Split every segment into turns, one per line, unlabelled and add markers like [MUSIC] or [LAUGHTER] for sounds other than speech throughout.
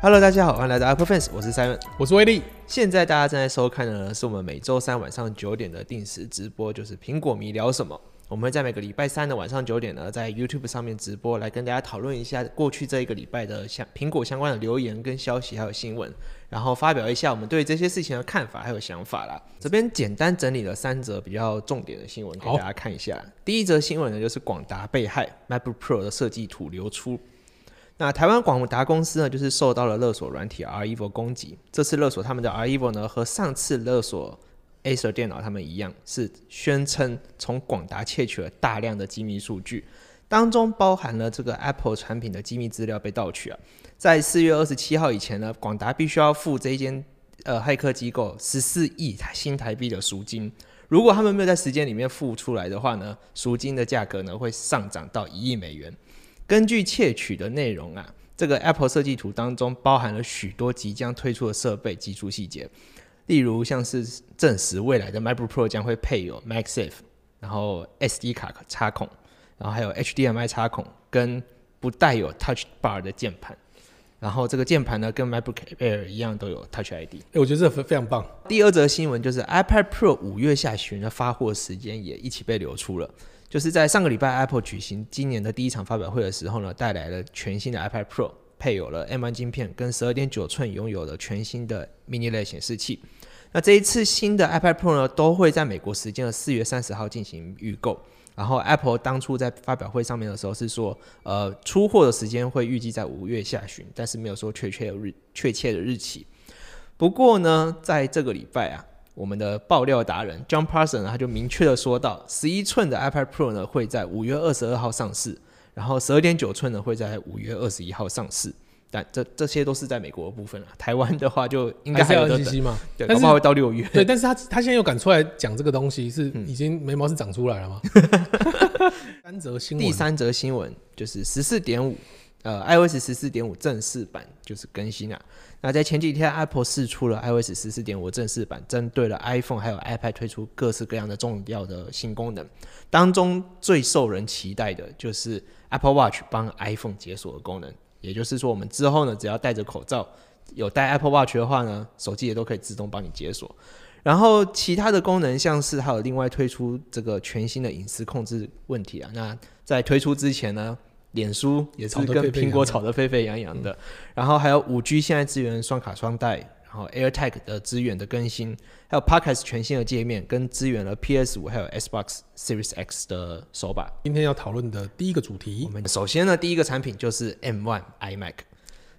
Hello，大家好，欢迎来到 Apple Fans，我是 Simon。
我哎是威力，
现在大家正在收看的呢，是我们每周三晚上九点的定时直播，就是苹果迷聊什么。我们会在每个礼拜三的晚上九点呢，在 YouTube 上面直播，来跟大家讨论一下过去这一个礼拜的相苹果相关的留言跟消息，还有新闻，然后发表一下我们对这些事情的看法还有想法啦。这边简单整理了三则比较重点的新闻给
好
大家看一下。第一则新闻呢，就是广达被害，MacBook Pro 的设计图流出那台湾广达公司呢，就是受到了勒索软体 R Evo 攻击。这次勒索他们的 R Evo 呢，和上次勒索 Acer 电脑他们一样，是宣称从广达窃取了大量的机密数据，当中包含了这个 Apple 产品的机密资料被盗取啊。在四月二十七号以前呢，广达必须要付这一间呃骇客机构十四亿新台币的赎金。如果他们没有在时间里面付出来的话呢，赎金的价格呢会上涨到一亿美元。根据窃取的内容啊，这个 Apple 设计图当中包含了许多即将推出的设备技术细节，例如像是证实未来的 MacBook Pro 将会配有 MagSafe，然后 SD 卡插孔，然后还有 HDMI 插孔跟不带有 Touch Bar 的键盘。然后这个键盘呢，跟 MacBook Air 一样都有 Touch ID。
哎、我觉得这非非常棒。
第二则新闻就是 iPad Pro 五月下旬的发货时间也一起被流出了。就是在上个礼拜 Apple 举行今年的第一场发表会的时候呢，带来了全新的 iPad Pro，配有了 M1 晶片跟十二点九寸拥有了全新的 Mini LED 显示器。那这一次新的 iPad Pro 呢，都会在美国时间的四月三十号进行预购。然后 Apple 当初在发表会上面的时候是说，呃，出货的时间会预计在五月下旬，但是没有说确切的日确切的日期。不过呢，在这个礼拜啊，我们的爆料达人 John Parson 呢他就明确的说到，十一寸的 iPad Pro 呢会在五月二十二号上市，然后十二点九寸呢会在五月二十一号上市。但这这些都是在美国的部分啊，台湾的话就应该
还是
还有
要
得 [LAUGHS]
NCC 吗？
对，搞
但是
不好会到六月。 [LAUGHS]
对，但是他他现在又敢出来讲这个东西，是
嗯
已经眉毛是长出来了吗？
[LAUGHS]
三则新闻，
第三则新闻就是十四点五，呃，iOS 十四点五正式版就是更新啊。那在前几天，Apple 试出了 iOS 十四点五正式版，针对了 iPhone 还有 iPad 推出各式各样的重要的新功能。当中最受人期待的就是 Apple Watch 帮 iPhone 解锁的功能，也就是说，我们之后呢，只要戴着口罩，有戴 Apple Watch 的话呢，手机也都可以自动帮你解锁。然后其他的功能，像是还有另外推出这个全新的隐私控制问题啊，那在推出之前呢，脸书也是
吵得
跟
沸沸
苹果
扬扬
吵得沸沸扬扬的。然后还有五 G 现在支援双卡双待，然后 AirTag 的资源的更新，还有 Podcast 全新的界面，跟支援了 PS 五还有 Xbox Series X 的手把。
今天要讨论的第一个主题
我，们首先呢，第一个产品就是 M1 iMac。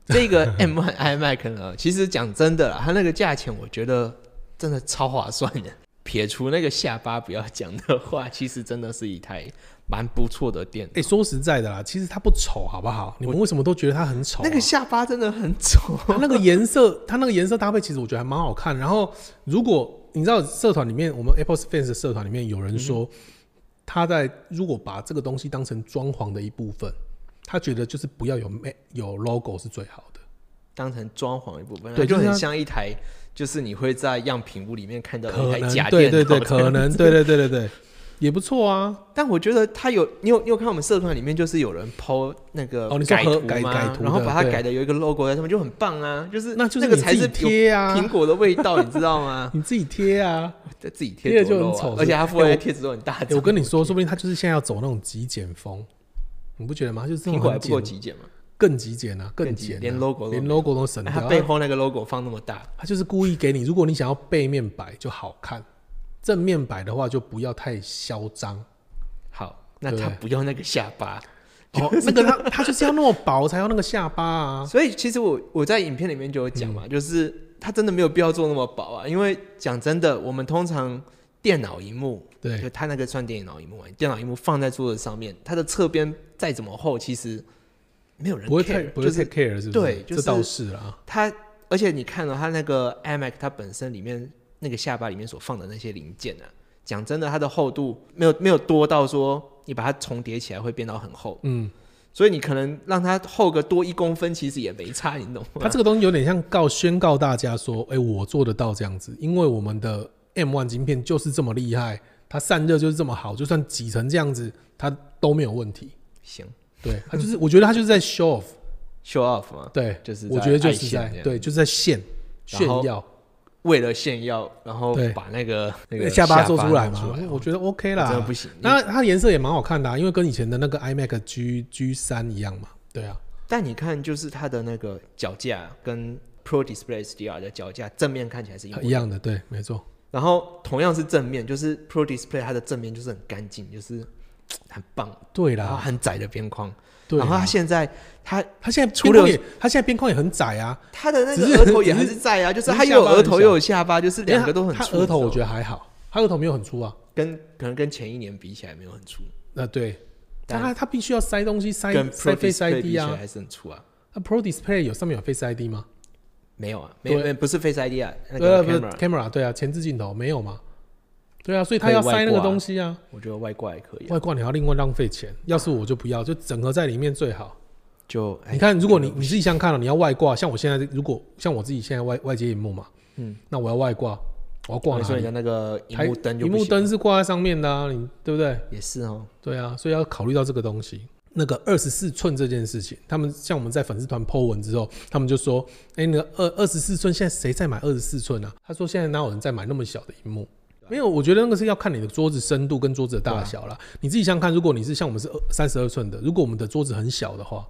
这 [LAUGHS] 个 M1 iMac 呢，其实讲真的啦，它那个价钱我觉得真的超划算的。撇除那个下巴不要讲的话，其实真的是一台蛮不错的电脑
哎、。说实在的啦，其实它不丑，好不好？你们为什么都觉得它很丑、啊？
那个下巴真的很丑，
它那个颜色，它那个颜色搭配其实我觉得还蛮好看。然后，如果你知道社团里面，我们 Apple Fans 的社团里面有人
嗯
说，他在如果把这个东西当成装潢的一部分，他觉得就是不要有 ma- 有 logo 是最好的。
当成装潢一部分，
对
它就
就是
很
它
像一台，就是你会在样品屋里面看到的一
可
台
能
假
对
电
对
脑。
对，可能对对对对对，也不错啊。
但我觉得它有，你有你有看我们社团里面就是有人 PO 那个
哦你说
改
和
图
改
吗？
改图的
然后把它
对
改的有一个 logo 在上面，就很棒啊！就是
那就
那
是
个
你
才
自
是
己贴啊，
苹果的味道，你知道吗？
你自己贴
[LAUGHS]
啊。
这自己
贴
贴
了就
多肉
很丑
啊
是，不是
而且它附来的贴纸都很大
哎
张。
我跟你说，说不定他就是现在要走那种极简风，你不觉得吗？就是这种
苹果还
很
不够
简
极简嘛？
更极简啊，
更
更
极
简啊，
连 logo 都
连
没
logo 都省
哎它
掉。
[LAUGHS] 背后那个 logo 放那么大，
他就是故意给你，如果你想要背面摆就好看，正面摆的话就不要太嚣张。
[LAUGHS] 好，那
对
它不要那个下巴。
哦，那个他他就是要那么薄才要那个下巴啊。嗯
所以其实我我在影片里面就有讲嘛，就是它真的没有必要做那么薄啊，因为讲真的，我们通常电脑荧幕，
对，
就它那个算电脑荧幕嘛，电脑荧幕放在桌子上面，它的侧边再怎么厚，其实没 [LAUGHS] 有人
不会太
care，
不会
就
太
是
care 是不是？
对就是
这倒是啊。
它，而且你看到、哦它那个 iMac 它本身里面那个下巴里面所放的那些零件啊，讲真的，它的厚度没有没有多到说你把它重叠起来会变到很厚，
嗯，
所以你可能让它厚个多一公分，其实也没差，你懂
他
吗？
这个东西有点像告宣告大家说，哎、我做得到这样子，因为我们的 M1 晶片就是这么厉害，它散热就是这么好，就算挤成这样子，它都没有问题。
行。 [LAUGHS]
对，他就是我觉得他就是在 show off，
show off 嘛，
对，
就是
我觉得就
爱
是
现
在
这样
对，就是在炫
然
炫
后
耀
为了炫耀，然后
对
把那个那个
下
巴
做
出
出来嘛
嘛，，
我觉得 OK
真的
啦
不。行。
那它的颜色也蛮好看的、啊，因为跟以前的那个 iMac G G 三一样嘛。对啊，
但你看，就是它的那个脚架跟 Pro Display XDR 的脚架正面看起来是一模
呃一样的，对，没错。
然后同样是正面，就是 Pro Display 它的正面就是很干净，就是很棒，
对
然后
啦，
很窄的边框。
啊对
啊
啊
然后它
啦。
现在它
它现在
除
边框
了
也，它现在边框也很窄啊，
它的那
只
个
是
额头也还
只是
是在啊，就是
只是
它又有
下巴
额头
很
又有下巴，就是 [LAUGHS] 两个都很
它
粗。
额头我觉
得
得还好，它额头没有很粗啊。
跟可能跟前一年比起来没有很粗，
那对，
但
但它它必须要塞东西，塞
跟
塞
Pro
Face
Display 比起
ID
来
啊。
还是很粗啊。
那 Pro Display 有上面有 Face ID 吗？
没有啊，没有，
对
没有不是 Face ID 啊，那个
呃，不是
camera，
camera，对啊，前置镜头没有吗？对啊，所以它
可以
要
外
塞那个
挂啊
东西啊。
我觉得外挂也可以啊、
外挂你还要另外浪费钱，要是我就不要，就整合在里面最好。
就哎
你看，如果你你自己想看了，啊你要外挂，像我现在如果像我自己现在外外接荧幕嘛，
嗯，
那我要外挂，我要挂
你
哪
说人
里？
家那个荧
台
幕灯就
荧
不
幕
行
灯是挂在上面的啊，你对不对？
也是哦，
对啊，所以要考虑到这个东西。那个二十四寸这件事情，他们像我们在粉丝团 po 文之后，他们就说：“哎、那个二二十四寸现在谁在买二十四寸啊？”他说：“现在哪有人在买那么小的荧幕？”
啊
没有，我觉得那个是要看你的桌子深度跟桌子的大小啦。你自己想想看，如果你是像我们是三十二寸的，如果我们的桌子很小的话，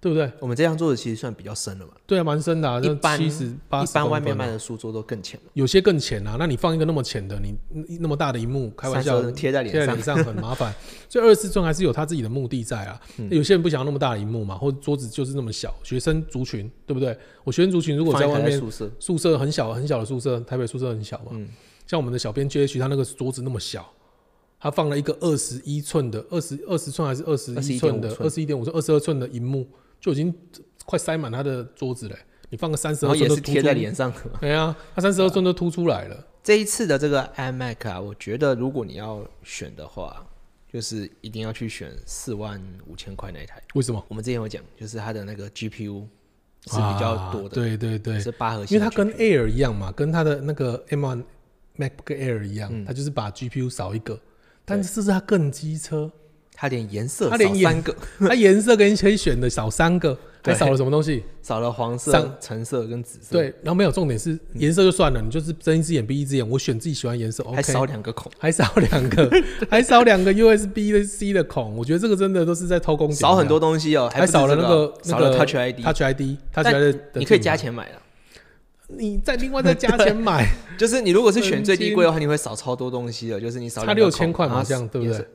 对不对？
我们这样做的其实算比较深了嘛，
对啊，蛮深的、啊，
一般
七十八
一
十啊
般外面卖的书桌都更浅嘛，
有些更浅啊。那你放一个那么浅的，你你那么大的荧幕，开玩笑
32，寸贴在脸
贴在
上
脸上很麻烦。 [LAUGHS] 所以二十四寸还是有他自己的目的在啊。
嗯
有些人不想要那么大的荧幕嘛，或者桌子就是那么小。学生族群对不对？我学生族群如果
放
在
一
外
台在
面
宿舍，
宿舍很小很小的宿舍，台北宿舍很小嘛。
嗯
像我们的小编 JH 他那个桌子那么小。他放了一个二十一寸的，二十二十寸还是二十一寸的，
21.5
二十一点五寸、二十二寸的荧幕，就已经快塞满他的桌子嘞、你放个三十
然
二
后
寸
也
都
是
突
贴在
出
脸上的嘛。 [LAUGHS]
对啊，它三十二寸都凸出来了。
这一次的这个 iMac 啊，我觉得如果你要选的话，就是一定要去选四万五千块那一台。
为什么？
我们之前有讲，就是它的那个 GPU 是比较多的，
啊对对对，
是八核
因为
心的
它
GPU，
跟 Air 一样嘛，跟它的那个 M1 MacBook Air 一样，
嗯
它就是把 GPU 少一个，但是这是它更机车，
它连颜色
它连
少
颜
三个，
它颜色跟可以选的少三个，
对
还少了什么东西？
少了黄色
上、
橙色跟紫色，，
对，然后没有重点
嗯
是颜色就算了，你就是睁一只眼闭一只眼，我选自己喜欢的颜色
还
，OK。
少两个孔，
还少两个， [LAUGHS] 还少两个 USB 的 C 的孔，我觉得这个真的都是在偷工减
少很
料
多，东西哦，
还
不止
少了
这
那
个
个
哦
那
少了
个
Touch ID，
Touch ID，Touch
但
ID 的
你可以
键盘
加钱买了。啊
你再另外再加钱买，
就是你如果是选最低
神经
贵的话，你会少超多东西的，就是 [LAUGHS] 你少
差
两个
六
孔
千块嘛，
然后
这样对不
也
对
是？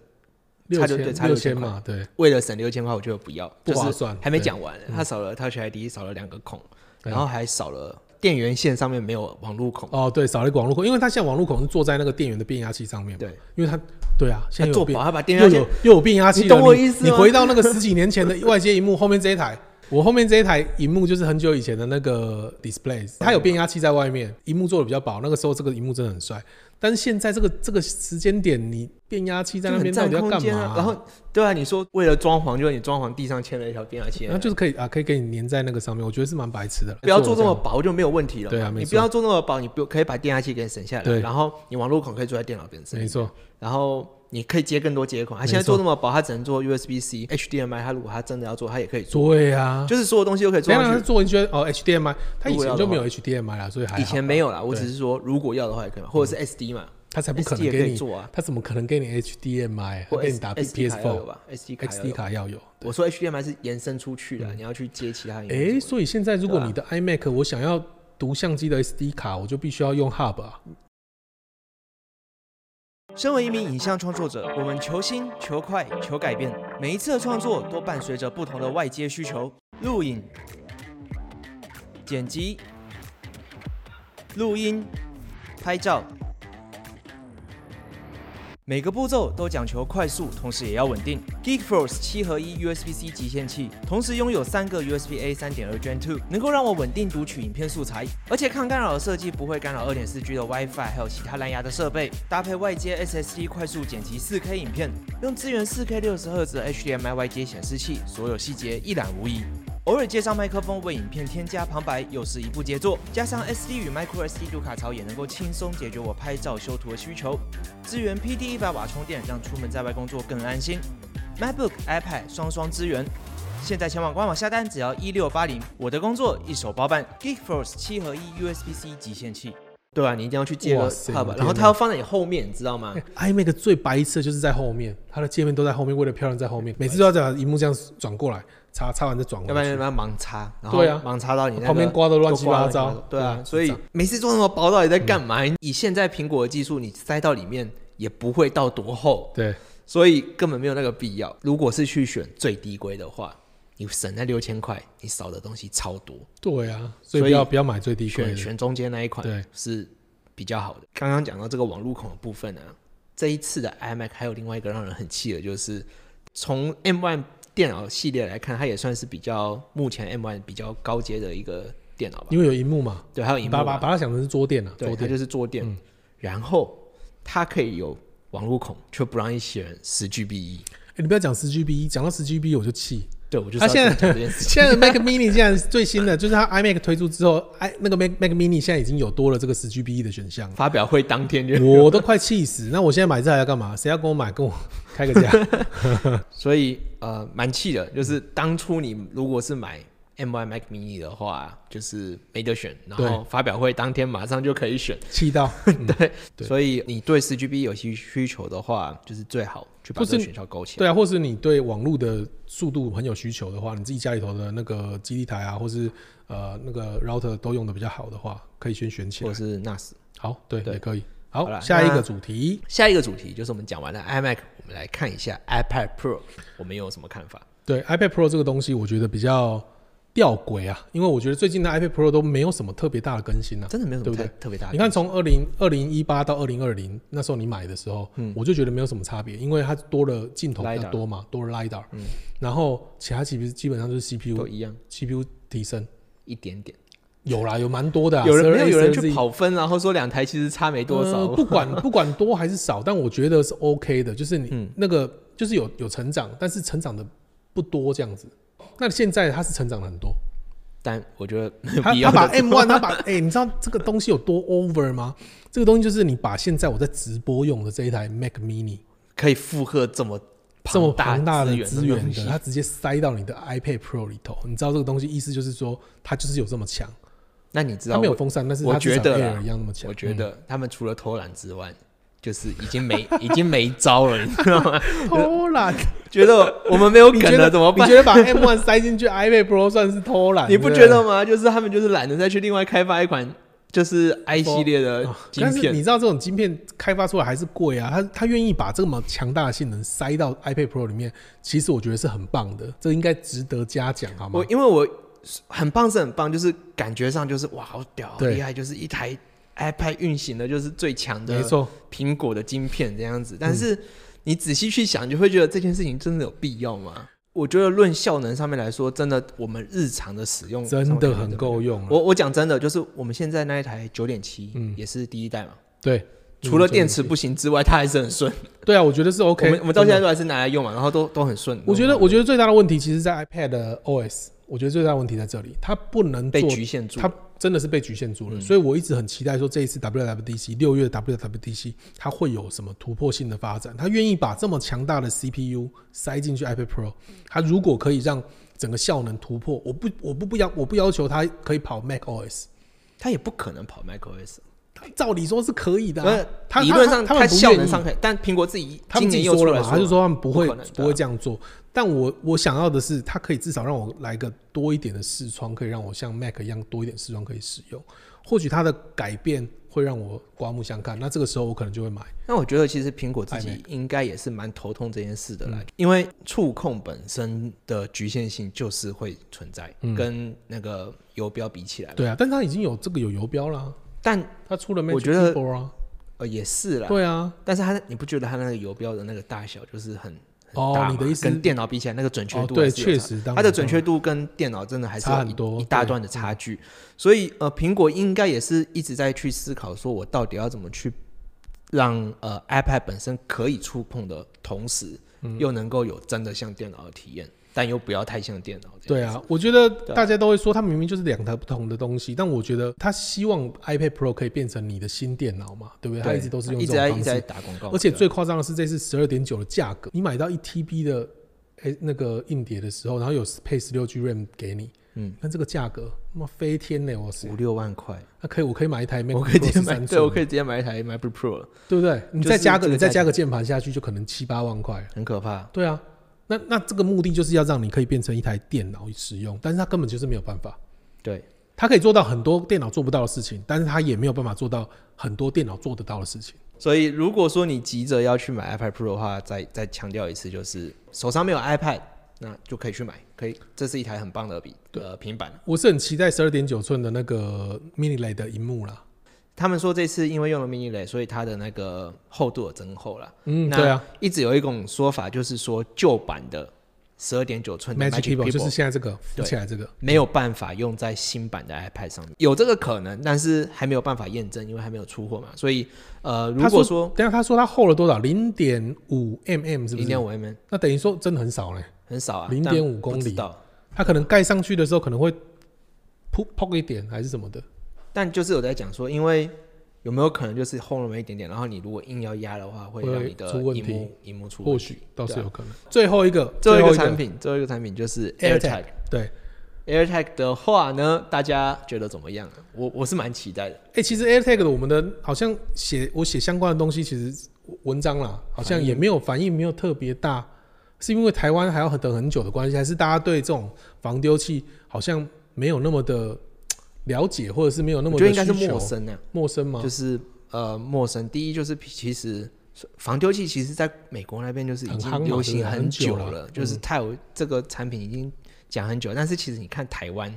六
差就
千
对差
六
6000
千嘛，对，
为了省六千块，我就不要，
不划
就是
算
还没
对
讲完，它少了 Touch ID，少了两个孔，
对
然后还少了电源线上面没有网路孔，
哦对，少了一个网路孔，因为它现在网路孔是坐在那个电源的变压器上面，，
对，
因为它对啊，现
它
在
做
有变
保，它把电
又
源线
有又有变压器了，
你懂我意思吗
你回到那个十几年前的外接荧幕后面这一台。我后面这一台荧幕就是很久以前的那个 display，它有变压器在外面，荧幕做的比较薄。那个时候这个荧幕真的很帅，但是现在这个这个时间点，你变压器在
就很
那边到
占
底要
空
干
间
嘛、
啊。然后对啊，你说为了装潢，就是你装潢地上牵了一条变压器
然，后就是可以啊，可以给你粘在那个上面，我觉得是蛮白痴的啦。
不要做这
这
么薄就没有问题了嘛。
对啊没
你不
错
要做那么薄，你不可以把电压器给省下来，
对
然后你网路孔可以做在电脑本身
没，错，
然后你可以接更多接口。它现在
没错
做那么薄，它只能做 USB C、HDMI，它如果它真的要做，它也可以
[LAUGHS]
做，
对啊呀、
就是所有东西都可以做
当
上去
然。做，你觉得哦 HDMI，它以
如果要的
前就
话
没有 HDMI 啦，所以还好
以前没有啦，我
对
只是说如果要的话也可以嘛，或者是 SD 嘛，
它才不可
SD
能
也可
给
以
你，
做啊，
它怎么可能给你 HDMI？它
或
给你打
SD 卡要有
PS4、
吧，SD 卡要
XD
有。
卡要有。
我说 HDMI 是延伸出去的，你要去接其他的
哎、
元素。
所以现在如果
对啊
你的 iMac 我想要读相机的 SD 卡，我就必须要用 Hub 啊。
身为一名影像创作者，我们求新、求快、求改变，每一次的创作都伴随着不同的外界需求：录影、剪辑、录音、拍照。每个步骤都讲求快速，同时也要稳定。GeekForce 七合一 USB-C 极限器，同时拥有三个 USB-A 3.2 Gen 2，能够让我稳定读取影片素材，而且抗干扰的设计不会干扰 2.4G 的 WiFi，还有其他蓝牙的设备。搭配外接 SSD 快速剪辑 4K 影片，用支援 4K 60Hz 的 HDMI 外接显示器，所有细节一览无遗。偶尔接上麦克风为影片添加旁白，又是一部杰作。加上 SD 与 Micro SD 读卡槽，也能够轻松解决我拍照修图的需求。支援 PD 一百瓦充电，让出门在外工作更安心。MacBook、iPad 双双支援。
现在前往官网下单，只要一六八零。我的工作一手包办，GeekForce 七合一 USB-C 极限器。
对啊，你一定要去借
哇
个
塞
hub，
我的
然后
天
它
哪
要放在你后面，你知道吗？
哎 iMac 最白痴的就是在后面，它的界面都在后面，为了漂亮在后面，每次都要把荧幕这样转过来，插插完再转回
要不然
去
要，不然盲插，然后
对啊
盲插到你那个
旁边刮得乱七八
都
糟
刮得乱七对
对
啊
啊，
所以
是嗯
每次做那么薄到底在干嘛？以现在苹果的技术，你塞到里面也不会到多厚，
对，
所以根本没有那个必要。如果是去选最低规的话，你省那六千块，你少的东西超多，
对啊，所
所
以不
以
要不要买最低贵
选
的，
选中间那一款
对
是比较好的。刚刚讲到这个网路孔的部分呢、啊，这一次的 iMac 还有另外一个让人很气的，就是从 M1 电脑系列来看，它也算是比较目前 M1 比较高阶的一个电脑吧。
因为有荧幕嘛，
对，还有荧幕
把
嘛
把把它想成是桌垫啊，
对，
桌
它
垫，
就是坐垫，然后它可以有网路孔，却不让一些人十 GBE。
哎，你不要讲十 GB，讲到十 GB 我就气。
对，我就是
它
要跟
现
你讲
在
这件事情。
[LAUGHS] 现在的 Mac Mini 竟然是最新的，就是它 iMac 推出之后，i 那个 Mac Mac Mini 现在已经有多了这个十 GB 的选项了。
发表会当天就
我都快气死！那我现在买这台要干嘛？谁要跟我买？
[LAUGHS]
跟我开个价。
所以呃，蛮气的，就是当初你如果是买 M1 Mac Mini 的话，就是没得选，然后
对
发表会当天马上就可以选。
气到，
[LAUGHS]
对
所以你对 4GB 有需需求的话，就是最好去把
不是
这个选项勾起来。
对啊，或是你对网络的速度很有需求的话，你自己家里头的那个基地台啊，或是呃那个 router 都用的比较好的话，可以先选起
或
来
者。是 NAS。
好，对，
对
也可以。
好啦
好，下一
那
个主题，
下一个主题就是我们讲完了 iMac，我们来看一下 iPad Pro，我们有什么看法？
对 iPad Pro 这个东西，我觉得比较吊诡啊，因为我觉得最近的 iPad Pro 都没有什么特别大的更新啊。
真的没有什么
对不
太
对
特别大的。
你看，从二零二零一八到二零二零那时候你买的时候，我就觉得没有什么差别，因为它多了镜头
嗯
比较
LiDAR 嗯
多嘛，多了 lidar，、然后其他其实基本上就是 CPU
都一样
CPU 提升，
一点点。
有啦，有蛮多的、啊，
有人
12
没有有人
12
去跑分，然后说两台其实差没多
呃
少。
不管不管多还是少，但我觉得是 OK 的，就是
嗯
你那个就是有有成长，但是成长的不多这样子。那现在它是成长了很多，
但我觉得没有 [LAUGHS]
他
必
他
要
把
的。
M One，他把哎、你知道这个东西有多 over 吗？这个东西就是你把现在我在直播用的这一台 Mac Mini
可以负荷这么
这么庞
庞
大
的
的资源
东
的，
西
它直接塞到你的 iPad Pro 里头。你知道这个东西意思就是说，它就是有这么强，
那你知道
它没有
我，
风扇，但是
我
它至
觉
少
得
Air
啦
一样那么强。
我觉
嗯
得他们除了偷懒之外，就是已经没 [LAUGHS] 已经没招了，你知道
[LAUGHS]
吗？
嗯偷懒，
觉得我们没有
你
梗
觉
了
得
怎么办
你觉？得把 M One 塞进去 iPad Pro 算是偷懒？
你
对
不
对
觉得？吗？就是他们就是懒得再去另外开发一款就是 i 系列的
啊
呃晶
但是你
片，
知道这种晶片开发出来还是贵啊，他他愿意把这么强大的性能塞到 iPad Pro 里面，其实我觉得是很棒的，这应该值得嘉奖，好吗
我？因为我很棒是很棒，就是感觉上就是哇好屌好
对
厉害，就是一台 iPad 运行的就是最强的
没错，
苹果的晶片这样子，但是
嗯
你仔细去想，你就会觉得这件事情真的有必要吗？我觉得论效能上面来说，真的我们日常的使用
真的很够
用。啊
用啊了。
我我讲真的，就是我们现在那一台九点七，也是第一代嘛，
对，
除了
嗯
电池，不行之外，它还是很顺。
对啊，我觉得是 OK
我
真
们
的。
我们到现在都还是拿来用嘛，然后都都很顺。
我觉得，我觉得最大的问题其实，在 iPad 的 OS，我觉得最大的问题在这里，它不能
被
做
局限住了。嗯
它真的是被局限住了，所以我一直很期待说这一次 WWDC 六月 WWDC 它会有什么突破性的发展。它愿意把这么强大的 CPU 塞进去 iPad Pro，它如果可以让整个效能突破，我不我不不要我不要求它可以跑 Mac OS，
它也不可能跑 macOS，
照理说是可以的啊、
那
它
理论上
它
它
们不
效能
愿意
上可以，但苹果自己
他
今
们自
年
己
又
说
出
了
来
嘛，他就说他们不会
不可能的啊
不会这样做。但我我想要的是，他可以至少让我来个多一点的视窗，可以让我像 Mac 一样多一点视窗可以使用。或许它的改变会让我刮目相看，那这个时候我可能就会买。
那我觉得其实苹果自己应该也是蛮头痛这件事的啦，因为触控本身的局限性就是会存在，跟那个游标比起来，
对啊，但它已经有这个有游标啦，
但
它出了 Magic
我觉得
Keyboard 啊，
呃也是啦，
对啊，
但是它你不觉得它那个游标的那个大小就是很很
哦
大吗
你的意思
跟电脑比起来那个准确
哦
度
对，
还是有
确
差
实，当然
它的准确度跟电脑真的还是有
差很
一
多
一大
对
段的差距，所以呃，苹果应该也是一直在去思考，说我到底要怎么去让呃 iPad 本身可以触碰的同时，
嗯
又能够有真的像电脑的体验，但又不要太像电脑。
对，啊，我觉得大家都会说它明明就是两台不同的东西，但我觉得他希望 iPad Pro 可以变成你的新电脑嘛，对不对？他一直都是用
一
这
直在一
种方
直
式
在打广告，
而且
哦对啊
最夸张的是，这次十二点九的价格，你买到一 TB 的诶那个硬碟的时候，然后有配十六 G RAM 给你，
嗯，
但这个价格，妈飞天嘞！我是，
五六万块，
那可以，我可以买一台 m
[LAUGHS]
a
我
c
可以直接买，
三
对我可以直接买一台 MacBook Pro 了，
对不对？你
就是
再加个，
这个
你再
价
加
格
个键盘下去，就可能七八万块。
很可怕。
对啊，那那这个目的就是要让你可以变成一台电脑使用，但是它根本就是没有办法。
对，
它可以做到很多电脑做不到的事情，但是它也没有办法做到很多电脑做得到的事情。
所以如果说你急着要去买 iPad Pro 的话，再再强调一次，就是手上没有 iPad，那就可以去买，可以，这是一台很棒的笔呃平板。
我是很期待十二点九寸的那个 mini LED 的荧幕啦。
他们说这次因为用了 Mini LED，所以它的那个厚度有增厚了。
嗯，
那
对啊
一直有一种说法，就是说旧版的十二点九寸的
，Magic Keyboard
Keyboard
就是现在这个扶
对
起来这个，
没有办法用在新版的 iPad 上面，有这个可能，但是还没有办法验证，因为还没有出货嘛。所以，呃，如
他
果说
等一下他说它厚了多少？零点五 mm 是不
零
是
点？五 mm
那等于说真的很少嘞。
很少啊，
0.5
但不
公里
知道，
它可能盖上去的时候可能会扑扑一点还是什么的。
但就是有在讲说，因为有没有可能就是厚了那么一点点，然后你如果硬要压的话，会
会
让你的
出问
荧
题
幕荧幕出
或
问题。
许倒是
对啊
有可能。最后一个，
最后
后
一个
一
产品，最后一个产品就是
AirTag
AirTag。
对，
AirTag 的话呢，大家觉得怎么样啊？我我是蛮期待的，
哎、其实 AirTag 的我们的好像写我写相关的东西，其实文章啦，好像也没有反应没有特别大，是因为台湾还要等很久的关系，还是大家对这种防丢器好像没有那么的了解，或者是没有那
我
么
觉
的
得应该是
需求
陌生啊，
陌生吗？
就是呃陌生。第一就是其实防丢器其实在美国那边就是已
很
经
夯嘛
流行
对
很
很久了嗯
了，就是它有这个产品已经讲很久，但是其实你看台湾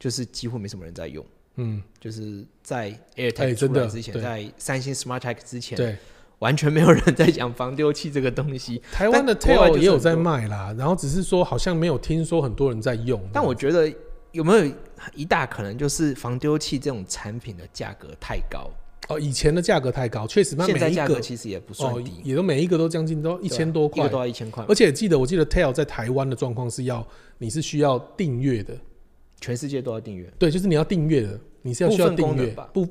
就是几乎没什么人在用，
嗯，
就是在
哎
AirTag 出
真的
来之前，
对
在三星 SmartTag 之前，
对，
完全没有人在讲防丢器这个东西。 [LAUGHS]
台湾的
但国外
Tail
就是
也有
很多
在卖啦，然后只是说好像没有听说很多人在用，
但我觉得有没有一大可能就是防丢器这种产品的价格太高，
哦以前的价格太高，确实那每
现在
一
价
个
格其实也不算
哦
低，啊
也都每一个都将近都一千多
一
块
个，都要一千块嘛，
而且记得，我记得 Tail 在台湾的状况是要你是需要订阅的，
全世界都要订阅。
对，就是你要订阅的，你是要需要
部分
订
功
阅
能吧
不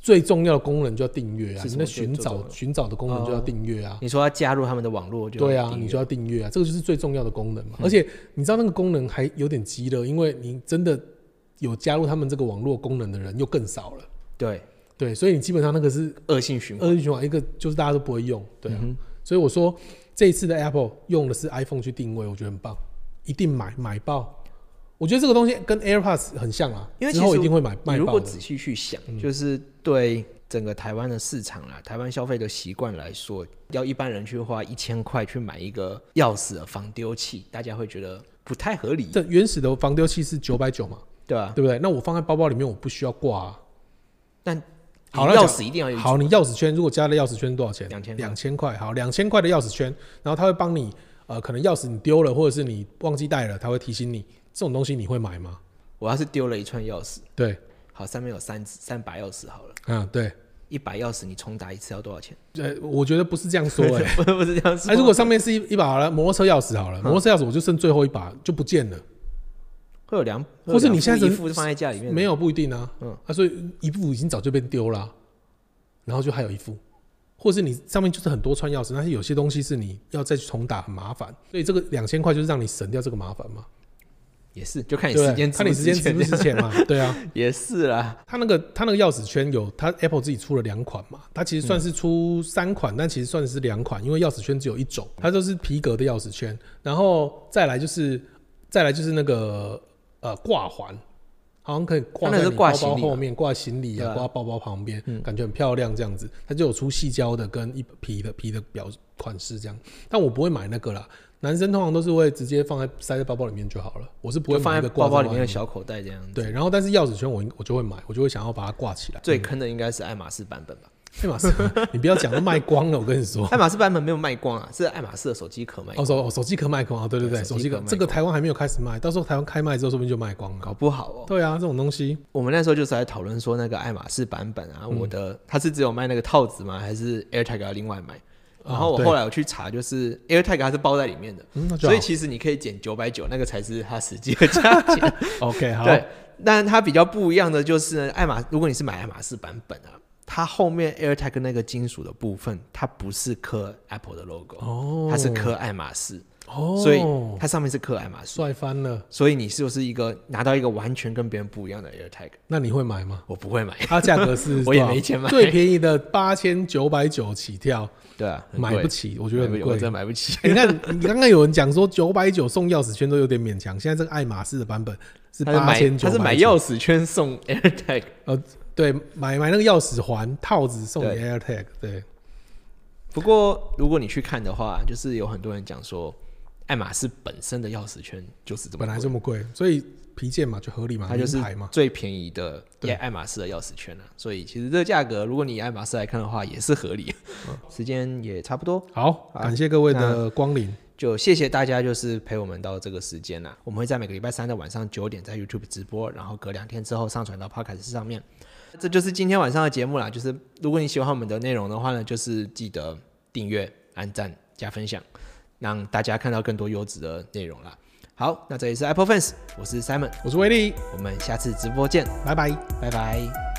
最重要的功能就要订阅啊，
是
你
什
的
么
寻
最重要
找
的
寻找的功能就要
哦
订阅啊，
你说要加入他们的网络就要
对啊，
订阅嗯
你就要订阅啊，这个就是最重要的功能嘛。而且你知道那个功能还有点鸡了，因为你真的有加入他们这个网络功能的人又更少了，
对
对，所以你基本上那个是
恶性循环。
恶性循环，一个就是大家都不会用，对啊。
嗯
所以我说这一次的 Apple 用的是 iPhone 去定位，我觉得很棒，一定买买爆。我觉得这个东西跟 AirPods 很像啊，
因为其
之
实
后一定会买
你
卖
如
爆嗯
果
的。
仔细去想，就是对整个台湾的市场啦，台湾消费的习惯来说，要一般人去花一千块去买一个钥匙的防丢器，大家会觉得不太合理，
这原始的防丢器是九百九嘛，
对吧、
对不对？那我放在包包里面，我不需要挂、啊。
但
好
你
那
钥
讲
匙一定要有一组
好，你钥匙圈如果加了钥匙圈多少钱？
2000块
两千块。好，两千块的钥匙圈，然后他会帮你，呃，可能钥匙你丢了，或者是你忘记带了，他会提醒你。这种东西你会买吗？
我要是丢了一串钥匙，
对，
好，上面有三三把钥匙好了，
啊，对，
一把钥匙你重打一次要多少钱？
呃，我觉得不是这样
[LAUGHS]
说、欸，
我不是这样说。
哎、如果上面是一一把好了摩托车钥匙
嗯
好了，摩托车钥匙我就剩最后一把就不见了，
会有两，
或是你现
会
在
有两
人
副一副放在家里面，
没有不一定啊，嗯啊，所以一副已经早就被丢了啊、然后就还有一副，或是你上面就是很多串钥匙，但是有些东西是你要再去重打很麻烦，所以这个两千块就是让你省掉这个麻烦嘛，
也是，就看
对
你时
不对，
间值
看
不
你
值
时间值
钱 [LAUGHS]
不值钱嘛，对啊，
也是啦，
它那个它那个钥匙圈有它 Apple 自己出了两款嘛，它其实
嗯
算是出三款，但其实算是两款，因为钥匙圈只有一种，它都是皮革的钥匙圈，然后再来就是再来就是那个呃挂环，好像可以挂
啊它那
在
是
你包
挂行
包
李嘛
后面，挂行李
对
啊，
啊
挂包包旁边，感觉很漂亮这样子。它就有出细胶的跟一皮的皮的表款式这样，但我不会买那个啦。男生通常都是会直接放在塞在包包里面就好了，我是不会
就放
买一
在
个挂
包包里
在
面的小口袋这样子。
对，然后但是钥匙圈我应我就会买，我就会想要把它挂起来。
最坑的应该是爱马仕版本吧？
爱马仕， [LAUGHS] 你不要讲都卖光了，我跟你说。
爱马仕版本没有卖光啊，是爱马仕的手机壳卖
哦，
光，
手哦手机壳卖光啊，对对
对
对，
手
手
机
机
壳
壳
卖
这个台湾还没有开始卖，到时候台湾开卖之后，说不定就卖光了。
搞不好哦。
对啊，这种东西
我们那时候就是在讨论说那个爱马仕版本啊，我的
嗯
它是只有卖那个套子吗？还是 AirTag 要另外买？然后我
哦对
后来我去查，就是 AirTag 它是包在里面的，
嗯那就
所
好
以其实你可以减九百九，那个才是它实际的价钱。
OK [LAUGHS] 好，
对，但它比较不一样的就是爱马，如果你是买爱马仕版本啊，它后面 AirTag 那个金属的部分，它不是刻 Apple 的 logo，、
哦，
它是刻爱马仕，
哦，
所以它上面是克莱玛树，
帅翻了。
所以你就是一个拿到一个完全跟别人不一样的 AirTag。
那你会买吗？
我不会买，
它价格是
[LAUGHS] 我也
多少
没钱买
最便宜的八千九百九起跳，
对啊，很贵
买不，起，我觉
买
得
不
很
起我
贵
真。的买不
[LAUGHS]
起。
欸你看，你刚刚有人讲说九百九送钥匙圈都有点勉强，现在这个爱马仕的版本是
他是
八千
买
九，
他是买钥匙圈送 [LAUGHS] AirTag，
呃，对，买买那个钥匙环套子送你
对
AirTag，对，
不过如果你去看的话，就是有很多人讲说，爱马仕本身的钥匙圈就是这么
本来
贵
这么贵，所以皮件嘛就合理嘛，
它就是
名牌嘛，
最便宜的哎
对
爱爱马仕的钥匙圈了、所以其实这个价格，如果你以爱马仕来看的话，也是合理。
嗯
时间也差不多，
好，感谢各位的光临，
就谢谢大家，就是陪我们到这个时间啦、我们会在每个礼拜三的晚上九点在 YouTube 直播，然后隔两天之后上传到 Podcast 上面。这就是今天晚上的节目啦。就是如果你喜欢我们的内容的话呢，就是记得订阅、按赞、加分享，让大家看到更多优质的内容啦。好，那这里是 Apple Fans，我是 Simon，
我是威力，
我们下次直播见，
拜拜。
拜拜。